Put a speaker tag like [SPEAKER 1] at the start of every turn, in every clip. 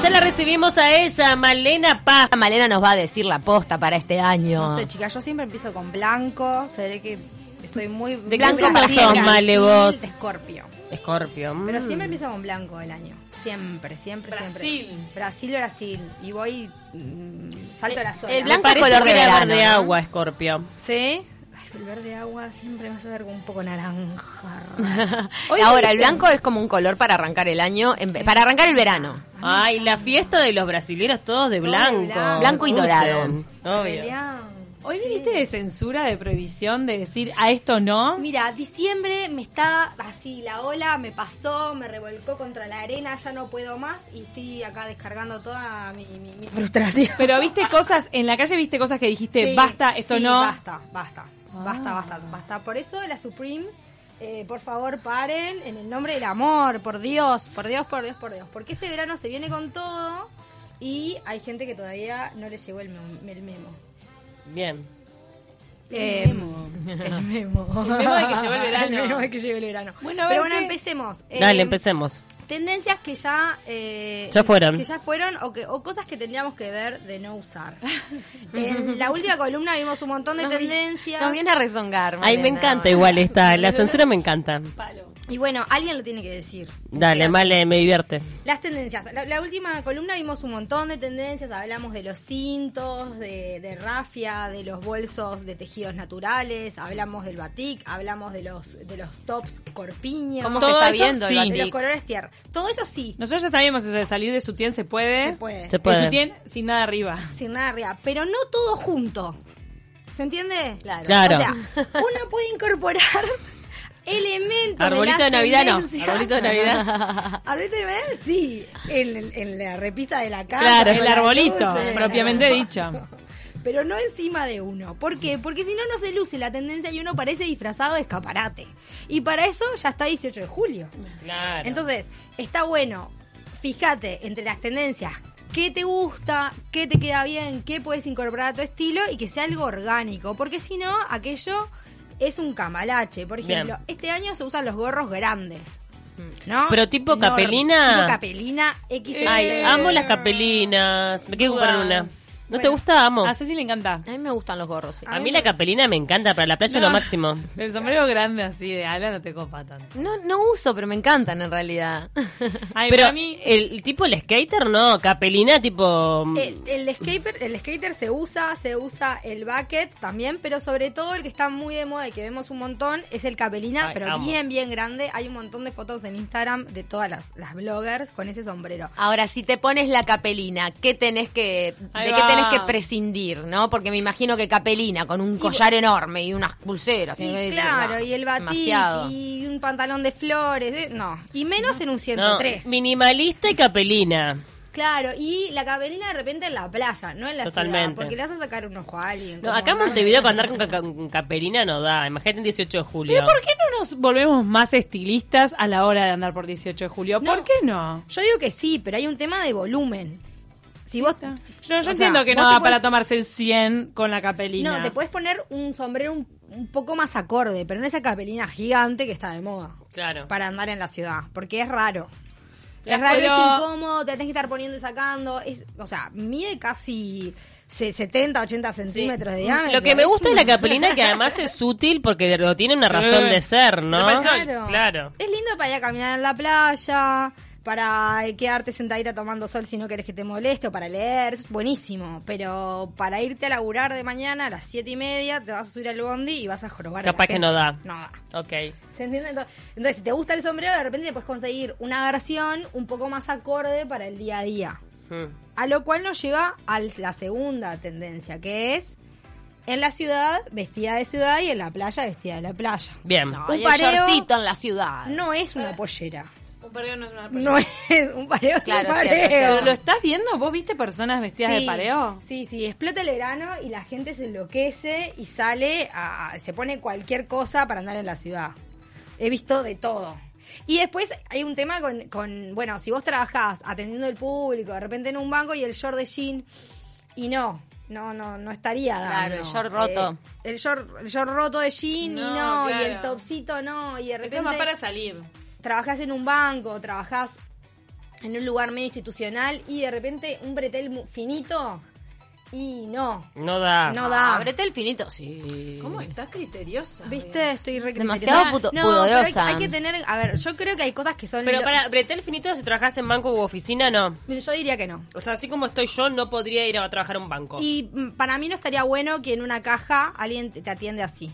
[SPEAKER 1] ya la recibimos a ella, Malena Paz.
[SPEAKER 2] Malena nos va a decir la posta para este año.
[SPEAKER 3] No sé, chicas, yo siempre empiezo con blanco. Se ve que estoy muy.
[SPEAKER 1] ¿De qué sombra sos, Male, vos?
[SPEAKER 3] Escorpio.
[SPEAKER 1] Escorpio. mm.
[SPEAKER 3] Pero siempre empiezo con blanco el año. Siempre, siempre,
[SPEAKER 4] Brasil.
[SPEAKER 3] siempre. Brasil, Brasil. Y voy. mm, salto a la zona.
[SPEAKER 2] Eh, el
[SPEAKER 1] Me
[SPEAKER 2] blanco-
[SPEAKER 1] parece
[SPEAKER 2] color de
[SPEAKER 1] que era
[SPEAKER 2] verano,
[SPEAKER 1] verde
[SPEAKER 2] ¿no?
[SPEAKER 1] agua, Escorpio.
[SPEAKER 3] ¿Sí? Ay, el verde agua siempre me hace ver como un poco naranja.
[SPEAKER 1] Hoy
[SPEAKER 2] Ahora,
[SPEAKER 1] me-
[SPEAKER 2] el blanco es como un color para arrancar el año, en ve- para arrancar el verano.
[SPEAKER 1] Ay, la fiesta de los brasileños todos de
[SPEAKER 3] Todo de
[SPEAKER 1] blanco.
[SPEAKER 3] blanco.
[SPEAKER 2] Blanco y dorado.
[SPEAKER 1] Escuchen, Obvio.
[SPEAKER 3] Peleado.
[SPEAKER 4] Hoy viniste de censura, de prohibición, de decir a esto no.
[SPEAKER 3] Mira, diciembre me está así, la ola me pasó, me revolcó contra la arena, ya no puedo más y estoy acá descargando toda mi, mi- mi frustración.
[SPEAKER 4] Pero viste cosas, en la calle viste cosas que dijiste,
[SPEAKER 3] Sí,
[SPEAKER 4] Este, basta, eso
[SPEAKER 3] sí,
[SPEAKER 4] no. Ah.
[SPEAKER 3] Basta, basta, basta, basta, basta. Por eso las Supremes, eh, por favor, paren en el nombre del amor, por Dios, por Dios, por Dios, por Dios. Porque este verano se viene con todo y hay gente que todavía no le llegó el, mem- el memo.
[SPEAKER 1] Bien.
[SPEAKER 3] Eh, El memo.
[SPEAKER 4] El memo de que llegó el verano.
[SPEAKER 3] El memo de que llegó el verano.
[SPEAKER 4] Bueno, a ver
[SPEAKER 3] Pero bueno,
[SPEAKER 4] qué-
[SPEAKER 3] empecemos. Eh,
[SPEAKER 1] Dale,
[SPEAKER 3] empecemos.
[SPEAKER 1] empecemos.
[SPEAKER 3] Tendencias que ya... eh,
[SPEAKER 1] Ya fueron.
[SPEAKER 3] Que ya fueron o, que, o cosas que tendríamos que ver de no usar. en la última columna vimos un montón de
[SPEAKER 2] Nos vi-
[SPEAKER 3] tendencias.
[SPEAKER 2] Nos viene a rezongar.
[SPEAKER 1] Ay,
[SPEAKER 2] Malena.
[SPEAKER 1] me encanta igual esta. La censura me encanta.
[SPEAKER 3] Y bueno, alguien lo tiene que decir.
[SPEAKER 1] Dale,
[SPEAKER 3] Las-
[SPEAKER 1] Male, me divierte.
[SPEAKER 3] Las tendencias. La, la última columna vimos un montón de tendencias. Hablamos de los cintos, de, de rafia, de los bolsos de tejidos naturales. Hablamos del batik, hablamos de los, de los tops corpiños.
[SPEAKER 2] ¿Cómo
[SPEAKER 4] Todo
[SPEAKER 2] se está
[SPEAKER 4] eso,
[SPEAKER 2] viendo el
[SPEAKER 4] sí.
[SPEAKER 3] de los
[SPEAKER 2] batik?
[SPEAKER 3] colores tierra. Todo eso sí.
[SPEAKER 4] Nosotros ya sabíamos eso de salir de sutién se puede.
[SPEAKER 3] Se puede.
[SPEAKER 1] Se
[SPEAKER 4] El
[SPEAKER 1] puede.
[SPEAKER 4] sutién sin nada arriba.
[SPEAKER 3] sin nada arriba, pero no todo junto. ¿Se entiende?
[SPEAKER 2] Claro.
[SPEAKER 1] Claro.
[SPEAKER 3] O sea, uno puede incorporar elementos.
[SPEAKER 1] Arbolito
[SPEAKER 3] de,
[SPEAKER 1] de
[SPEAKER 3] las
[SPEAKER 1] Navidad no.
[SPEAKER 3] tendencias.
[SPEAKER 1] Arbolito de Navidad.
[SPEAKER 3] Arbolito de Navidad, sí. En, en- en la repisa de la casa.
[SPEAKER 4] Claro,
[SPEAKER 3] con
[SPEAKER 4] el
[SPEAKER 3] las
[SPEAKER 4] arbolito,
[SPEAKER 3] luces.
[SPEAKER 4] propiamente dicho.
[SPEAKER 3] Pero no encima de uno. ¿Por qué? Porque si no, no se luce la tendencia y uno parece disfrazado de escaparate. Y para eso ya está 18 de julio.
[SPEAKER 1] Claro.
[SPEAKER 3] Entonces, está bueno, fíjate entre las tendencias, qué te gusta, qué te queda bien, qué puedes incorporar a tu estilo y que sea algo orgánico, porque si no, aquello es un camalache. Por ejemplo,
[SPEAKER 1] Bien. Mm.
[SPEAKER 3] este año se usan los gorros grandes. ¿No?
[SPEAKER 1] Pero tipo
[SPEAKER 3] Enorme.
[SPEAKER 1] capelina.
[SPEAKER 3] Tipo capelina XL.
[SPEAKER 1] Ay, amo las capelinas. Me quiero comprar una. ¿No te
[SPEAKER 3] Bueno,
[SPEAKER 1] gusta? Amo.
[SPEAKER 4] A Ceci le encanta.
[SPEAKER 2] A mí me gustan los gorros. sí.
[SPEAKER 1] A mí la capelina me encanta. Para la playa es lo
[SPEAKER 4] No.
[SPEAKER 1] máximo.
[SPEAKER 4] El sombrero grande así de ala no te copa tanto.
[SPEAKER 2] No, no uso, pero me encantan en realidad.
[SPEAKER 4] Ay,
[SPEAKER 1] Pero
[SPEAKER 4] para mí, eh,
[SPEAKER 1] el, el tipo, el skater, no. Capelina, tipo. mm,
[SPEAKER 3] El, Eh, el skater, el skater se usa, se usa el bucket también, pero sobre todo el que está muy de moda y que vemos un montón es el capelina,
[SPEAKER 1] Ay,
[SPEAKER 3] pero
[SPEAKER 1] amo.
[SPEAKER 3] bien, bien grande. Hay un montón de fotos en Instagram de todas las, las bloggers con ese sombrero.
[SPEAKER 2] Ahora, si te pones la capelina, ¿qué tenés que,
[SPEAKER 4] Ahí
[SPEAKER 2] ¿de qué
[SPEAKER 4] va.
[SPEAKER 2] tenés que prescindir? ¿no? Porque me imagino que capelina con un collar enorme y unas pulseras.
[SPEAKER 3] Y
[SPEAKER 2] ¿no?
[SPEAKER 3] claro, y el batik
[SPEAKER 2] Demasiado.
[SPEAKER 3] y un pantalón de flores, eh, no. Y menos en un
[SPEAKER 1] no,
[SPEAKER 3] 103.
[SPEAKER 1] minimalista y capelina.
[SPEAKER 3] Claro, y la capelina de repente en la playa, no en la
[SPEAKER 1] Totalmente.
[SPEAKER 3] ciudad, porque le vas a sacar un ojo a alguien.
[SPEAKER 1] No,
[SPEAKER 3] como
[SPEAKER 1] acá en
[SPEAKER 3] andar-
[SPEAKER 1] Montevideo con andar con, ca- con capelina no da. Imagínate un 18 de julio.
[SPEAKER 4] ¿pero por qué no nos volvemos más estilistas a la hora de andar por 18 de julio?
[SPEAKER 3] No.
[SPEAKER 4] ¿Por qué no?
[SPEAKER 3] Yo digo que sí, pero hay un tema de volumen. Si vos
[SPEAKER 4] Yo, yo
[SPEAKER 3] O sea,
[SPEAKER 4] entiendo que no
[SPEAKER 3] vos
[SPEAKER 4] da
[SPEAKER 3] te
[SPEAKER 4] para
[SPEAKER 3] podés-
[SPEAKER 4] tomarse el 100 con la capelina.
[SPEAKER 3] No, te puedes poner un sombrero un, un poco más acorde, pero no esa capelina gigante que está de moda
[SPEAKER 1] Claro.
[SPEAKER 3] para andar en la ciudad, porque es raro.
[SPEAKER 4] Claro,
[SPEAKER 3] es raro,
[SPEAKER 4] pero-
[SPEAKER 3] es incómodo, te tenés que estar poniendo y sacando. Es, o sea, mide casi se- 70, 80 centímetros de diámetro.
[SPEAKER 1] Lo que me gusta es la
[SPEAKER 3] un-
[SPEAKER 1] capelina que además es útil porque lo tiene una razón de ser, ¿no?
[SPEAKER 3] Claro. Es lindo para ir a caminar en la playa, para quedarte sentadita tomando sol si no querés que te moleste, o para leer, es buenísimo. Pero para irte a laburar de mañana a las siete y media, te vas a subir al bondi y vas a jorobar. a la
[SPEAKER 1] Capaz que
[SPEAKER 3] gente.
[SPEAKER 1] no da.
[SPEAKER 3] No da.
[SPEAKER 1] Ok.
[SPEAKER 3] ¿Se entiende? Entonces, entonces, si te gusta el sombrero, de repente puedes conseguir una versión un poco más acorde para el día a día.
[SPEAKER 1] Mm.
[SPEAKER 3] A lo cual nos lleva a la segunda tendencia, que es en la ciudad vestida de ciudad y en la playa vestida de la playa.
[SPEAKER 1] Bien.
[SPEAKER 2] No,
[SPEAKER 3] Un
[SPEAKER 2] y el
[SPEAKER 3] pareo-
[SPEAKER 2] shortcito en la ciudad.
[SPEAKER 3] No es una pollera.
[SPEAKER 4] Un periodo Oh, no es una
[SPEAKER 3] No es un pareo, es
[SPEAKER 2] Claro,
[SPEAKER 3] un
[SPEAKER 2] cierto,
[SPEAKER 3] pareo.
[SPEAKER 2] cierto.
[SPEAKER 4] ¿Pero lo estás viendo? ¿Vos viste personas vestidas de pareo?
[SPEAKER 3] Sí, sí, explota el verano y la gente se enloquece y sale, a, se pone cualquier cosa para andar en la ciudad. He visto de todo. Y después hay un tema con, con, bueno, si vos trabajás atendiendo el público, de repente en un banco y el short de jean, y no, no, no, no estaría
[SPEAKER 2] Claro,
[SPEAKER 3] dando.
[SPEAKER 2] el short roto.
[SPEAKER 3] Eh, el, short, el short roto de jean,
[SPEAKER 4] No,
[SPEAKER 3] y no, y el
[SPEAKER 4] claro.
[SPEAKER 3] topsito no, y de repente
[SPEAKER 4] salir.
[SPEAKER 3] trabajás en un banco, trabajás en un lugar medio institucional y de repente un pretel mu- finito y no.
[SPEAKER 1] No
[SPEAKER 5] Ah.
[SPEAKER 1] da.
[SPEAKER 3] No da.
[SPEAKER 2] Abrete el finito, sí.
[SPEAKER 6] ¿Cómo estás criteriosa?
[SPEAKER 3] ¿Viste? Estoy re
[SPEAKER 2] Demasiado
[SPEAKER 3] criteriosa.
[SPEAKER 2] puto-
[SPEAKER 3] no, pero hay-
[SPEAKER 2] pudorosa.
[SPEAKER 3] Hay, que tener. A ver, yo creo que hay cosas que son.
[SPEAKER 1] Pero
[SPEAKER 3] lo-
[SPEAKER 1] para Bretel Finito, si trabajas en banco u oficina, no.
[SPEAKER 3] Yo diría que no.
[SPEAKER 1] O sea, así como estoy yo, no podría ir a trabajar a un
[SPEAKER 5] Oh.
[SPEAKER 1] banco.
[SPEAKER 3] Y mm, para mí no estaría bueno que en una caja alguien te te atiende así.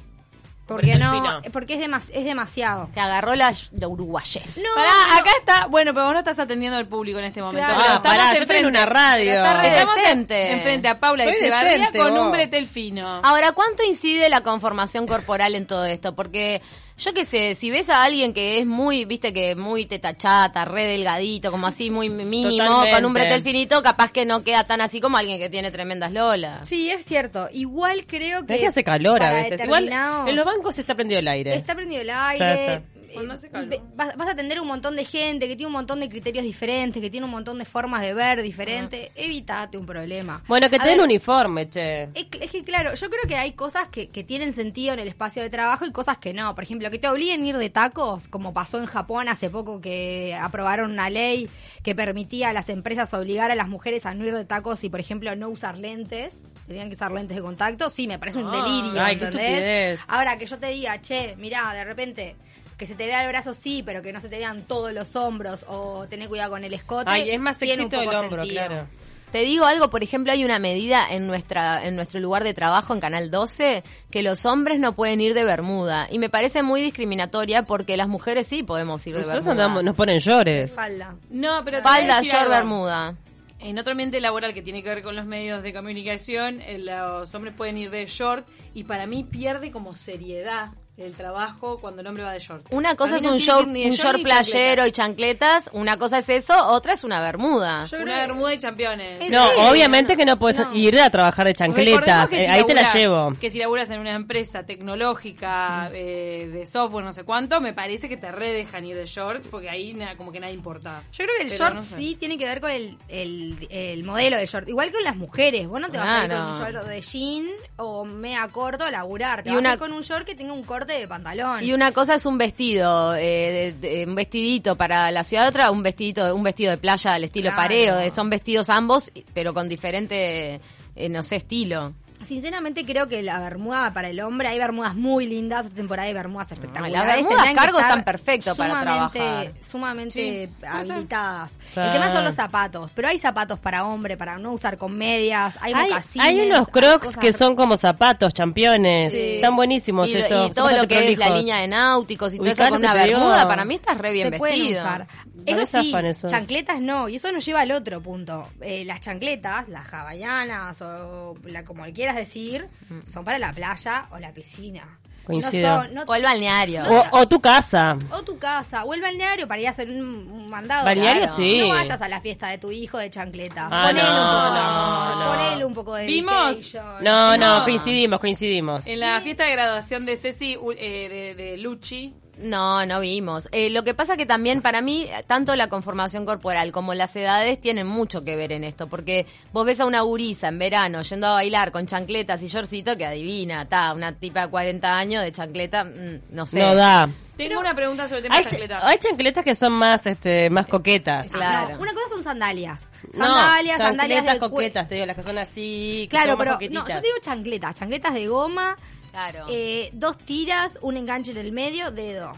[SPEAKER 1] Pero
[SPEAKER 3] Porque no. Eh,
[SPEAKER 1] Delfina.
[SPEAKER 3] Porque es, demas- es demasiado.
[SPEAKER 2] Te agarró la, la uruguayés.
[SPEAKER 3] No,
[SPEAKER 4] Pará,
[SPEAKER 3] no,
[SPEAKER 4] acá está. Bueno, pero vos no estás atendiendo al público en este momento.
[SPEAKER 3] Claro.
[SPEAKER 4] Pero
[SPEAKER 5] Ah,
[SPEAKER 4] estamos
[SPEAKER 5] pará, yo estoy en
[SPEAKER 4] enfrente.
[SPEAKER 5] una radio.
[SPEAKER 2] Pero está re-
[SPEAKER 4] Estamos en-
[SPEAKER 2] Decente. Ah,
[SPEAKER 4] enfrente a Paula
[SPEAKER 5] Estoy
[SPEAKER 4] Echevarría
[SPEAKER 5] decente,
[SPEAKER 4] con
[SPEAKER 5] vos.
[SPEAKER 4] un bretel fino.
[SPEAKER 2] Ahora, ¿cuánto incide la conformación corporal en todo esto? Porque yo qué sé, si ves a alguien que es muy, viste que muy tetachata, re delgadito, como así muy mínimo,
[SPEAKER 1] Totalmente.
[SPEAKER 2] con un bretel finito, capaz que no queda tan así como alguien que tiene tremendas lolas.
[SPEAKER 3] Sí, es cierto. Igual creo que.
[SPEAKER 5] Es que hace calor a
[SPEAKER 3] para
[SPEAKER 5] veces. Igual
[SPEAKER 3] determinados-
[SPEAKER 5] en los bancos está prendido el aire.
[SPEAKER 3] Está prendido el aire.
[SPEAKER 4] Cuando hace
[SPEAKER 3] eh,
[SPEAKER 4] calor.
[SPEAKER 3] ve- Vas, vas a atender un montón de gente que tiene un montón de criterios diferentes, que tiene un montón de formas de ver
[SPEAKER 4] Ah.
[SPEAKER 3] diferentes. Evitate un problema.
[SPEAKER 1] Bueno, que
[SPEAKER 3] A
[SPEAKER 1] te den
[SPEAKER 3] ver,
[SPEAKER 1] uniforme, che.
[SPEAKER 3] Es que, es que, claro, yo creo que hay cosas que, que tienen sentido en el espacio de trabajo y cosas que no. Por ejemplo, que te obliguen a ir de tacos, como pasó en Japón hace poco que aprobaron una ley que permitía a las empresas obligar a las mujeres a no ir de tacos y, por ejemplo, no usar lentes. Tenían que usar lentes de contacto. Sí, me parece un delirio,
[SPEAKER 1] Ah, ay, qué
[SPEAKER 3] ¿entendés?
[SPEAKER 1] estupidez.
[SPEAKER 3] Ahora, que yo te diga, che, mirá, de repente... Que se te vea el brazo sí, pero que no se te vean todos los hombros o tener cuidado con el escote.
[SPEAKER 1] Ay, es más
[SPEAKER 3] tiene un
[SPEAKER 1] éxito el
[SPEAKER 3] poco
[SPEAKER 1] hombro,
[SPEAKER 3] sentido.
[SPEAKER 1] claro.
[SPEAKER 2] Te digo algo, por ejemplo, hay una medida en nuestra en nuestro lugar de trabajo en Canal 12 que los hombres no pueden ir de bermuda y me parece muy discriminatoria porque las mujeres sí podemos ir de
[SPEAKER 1] Nosotros
[SPEAKER 2] bermuda.
[SPEAKER 1] andamos, nos ponen llores.
[SPEAKER 3] Falda.
[SPEAKER 4] No, pero te voy a
[SPEAKER 2] Falda,
[SPEAKER 4] decir
[SPEAKER 2] short,
[SPEAKER 4] algo.
[SPEAKER 2] bermuda.
[SPEAKER 4] En otro ambiente laboral que tiene que ver con los medios de comunicación, eh, los hombres pueden ir de short y para mí pierde como seriedad el trabajo cuando el hombre va de short.
[SPEAKER 2] Una cosa
[SPEAKER 4] Para
[SPEAKER 2] es
[SPEAKER 4] mí no
[SPEAKER 2] un
[SPEAKER 4] tiene que
[SPEAKER 2] short,
[SPEAKER 4] ir ni de
[SPEAKER 2] un short
[SPEAKER 4] ni
[SPEAKER 2] playero
[SPEAKER 4] chancleta.
[SPEAKER 2] y chancletas, una cosa es eso, otra es una bermuda.
[SPEAKER 4] Una bermuda y campeones.
[SPEAKER 2] Es-
[SPEAKER 1] No,
[SPEAKER 2] Sí,
[SPEAKER 1] obviamente que no puedes ir a trabajar de
[SPEAKER 4] Recordemos
[SPEAKER 1] chancletas.
[SPEAKER 4] que si
[SPEAKER 1] Eh, Ahí te la
[SPEAKER 4] laburás-
[SPEAKER 1] llevo.
[SPEAKER 4] Que si laburas en una empresa tecnológica, eh, de software, no sé cuánto, me parece que te redejan ir de shorts porque ahí na- como que nada importa.
[SPEAKER 3] Yo creo que el
[SPEAKER 4] Pero
[SPEAKER 3] short
[SPEAKER 4] no sé.
[SPEAKER 3] sí tiene que ver con el, el, el modelo de short. Igual que con las mujeres. Vos no te vas a ir
[SPEAKER 2] Claro.
[SPEAKER 3] con un short de jean o mea corto a laburar. Te
[SPEAKER 2] Y
[SPEAKER 3] vas
[SPEAKER 2] una-
[SPEAKER 3] a ir con un short que tenga un corte de pantalón.
[SPEAKER 2] Y una cosa es un vestido, eh, de- de- un vestidito para la ciudad, otra un vestidito, un vestido de playa al estilo
[SPEAKER 3] Claro.
[SPEAKER 2] pareo, de- son vestidos ambos, y- pero con diferente, eh, no sé, estilo.
[SPEAKER 3] Sinceramente creo que la bermuda para el hombre, hay bermudas muy lindas, esta temporada hay bermudas espectaculares.
[SPEAKER 2] las bermudas
[SPEAKER 3] tendrían que
[SPEAKER 2] cargo
[SPEAKER 3] estar
[SPEAKER 2] están perfecto para
[SPEAKER 3] sumamente-
[SPEAKER 2] trabajar.
[SPEAKER 3] Sumamente
[SPEAKER 4] Sí,
[SPEAKER 3] habilitadas.
[SPEAKER 1] Sí.
[SPEAKER 3] El tema son los zapatos, pero hay zapatos para hombre, para no usar con medias, hay
[SPEAKER 1] Hay,
[SPEAKER 3] mocasines.
[SPEAKER 1] hay unos crocs
[SPEAKER 3] cosas-
[SPEAKER 1] que son como zapatos, championes.
[SPEAKER 2] Sí.
[SPEAKER 1] Están buenísimos
[SPEAKER 2] Y,
[SPEAKER 1] esos.
[SPEAKER 2] y todo lo que es la
[SPEAKER 1] prolijos.
[SPEAKER 2] línea de náuticos y todo
[SPEAKER 1] Ubicá
[SPEAKER 2] eso con
[SPEAKER 1] lo que
[SPEAKER 2] una
[SPEAKER 1] te digo.
[SPEAKER 2] bermuda, para mí estás re bien
[SPEAKER 3] se pueden
[SPEAKER 2] vestido.
[SPEAKER 3] usar.
[SPEAKER 1] No
[SPEAKER 3] Eso sí,
[SPEAKER 1] zafan esos.
[SPEAKER 3] chancletas no, y eso nos lleva al otro punto. Eh, las chancletas, las hawaianas o la como le quieras decir, son para la playa o la piscina.
[SPEAKER 1] Mm. Coincido.
[SPEAKER 3] No son- no-
[SPEAKER 2] O el balneario.
[SPEAKER 1] O, o tu casa.
[SPEAKER 3] o tu casa, o el balneario para ir a hacer un, un mandado.
[SPEAKER 1] Balneario, sí.
[SPEAKER 3] No vayas a la fiesta de tu hijo de chancleta.
[SPEAKER 1] Ah,
[SPEAKER 3] ponele un poco de
[SPEAKER 1] no,
[SPEAKER 3] amor,
[SPEAKER 1] no.
[SPEAKER 3] ponele un poco de
[SPEAKER 4] ¿Vimos?
[SPEAKER 3] dedication.
[SPEAKER 1] No, no,
[SPEAKER 4] No.
[SPEAKER 1] coincidimos, coincidimos.
[SPEAKER 4] En la fiesta de graduación de Ceci, u- eh, de, de Luchi,
[SPEAKER 2] No, no vimos. Eh, lo que pasa que también para mí, tanto la conformación corporal como las edades tienen mucho que ver en esto, porque vos ves a una gurisa en verano yendo a bailar con chancletas y shortcito que adivina, ta, una tipa de 40 años de chancleta, mm, no sé.
[SPEAKER 1] No da.
[SPEAKER 4] tengo una pregunta sobre el tema
[SPEAKER 1] Hay,
[SPEAKER 4] de
[SPEAKER 1] cha-
[SPEAKER 4] chancleta.
[SPEAKER 1] hay chancletas que son más este más coquetas.
[SPEAKER 2] Claro.
[SPEAKER 3] No, una cosa son sandalias.
[SPEAKER 1] No,
[SPEAKER 3] Sandalias, sandalias
[SPEAKER 1] chancletas
[SPEAKER 3] de cue-
[SPEAKER 1] coquetas, te digo, las que son así, que
[SPEAKER 3] Claro,
[SPEAKER 1] son más
[SPEAKER 3] pero no,
[SPEAKER 1] coquetitas.
[SPEAKER 3] yo te digo chancletas, chancletas de goma,
[SPEAKER 2] Claro.
[SPEAKER 3] Eh, dos tiras, un enganche en el medio, dedo.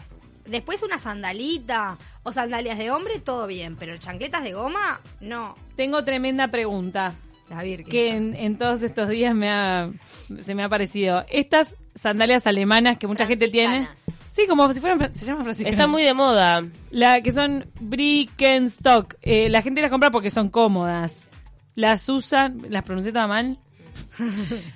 [SPEAKER 3] Después una sandalita o sandalias de hombre, todo bien, pero chancletas de goma, no.
[SPEAKER 4] Tengo tremenda pregunta
[SPEAKER 3] La virgen.
[SPEAKER 4] que en, en todos estos días me ha, se me ha parecido. Estas sandalias alemanas que mucha gente tiene.
[SPEAKER 2] Franciscanas.
[SPEAKER 4] Sí, como si fueran, fran- se llaman franciscanas.
[SPEAKER 1] Está muy de moda.
[SPEAKER 4] La que son Brickenstock. Eh, la gente las compra porque son cómodas. Las usan, las pronuncié toda mal.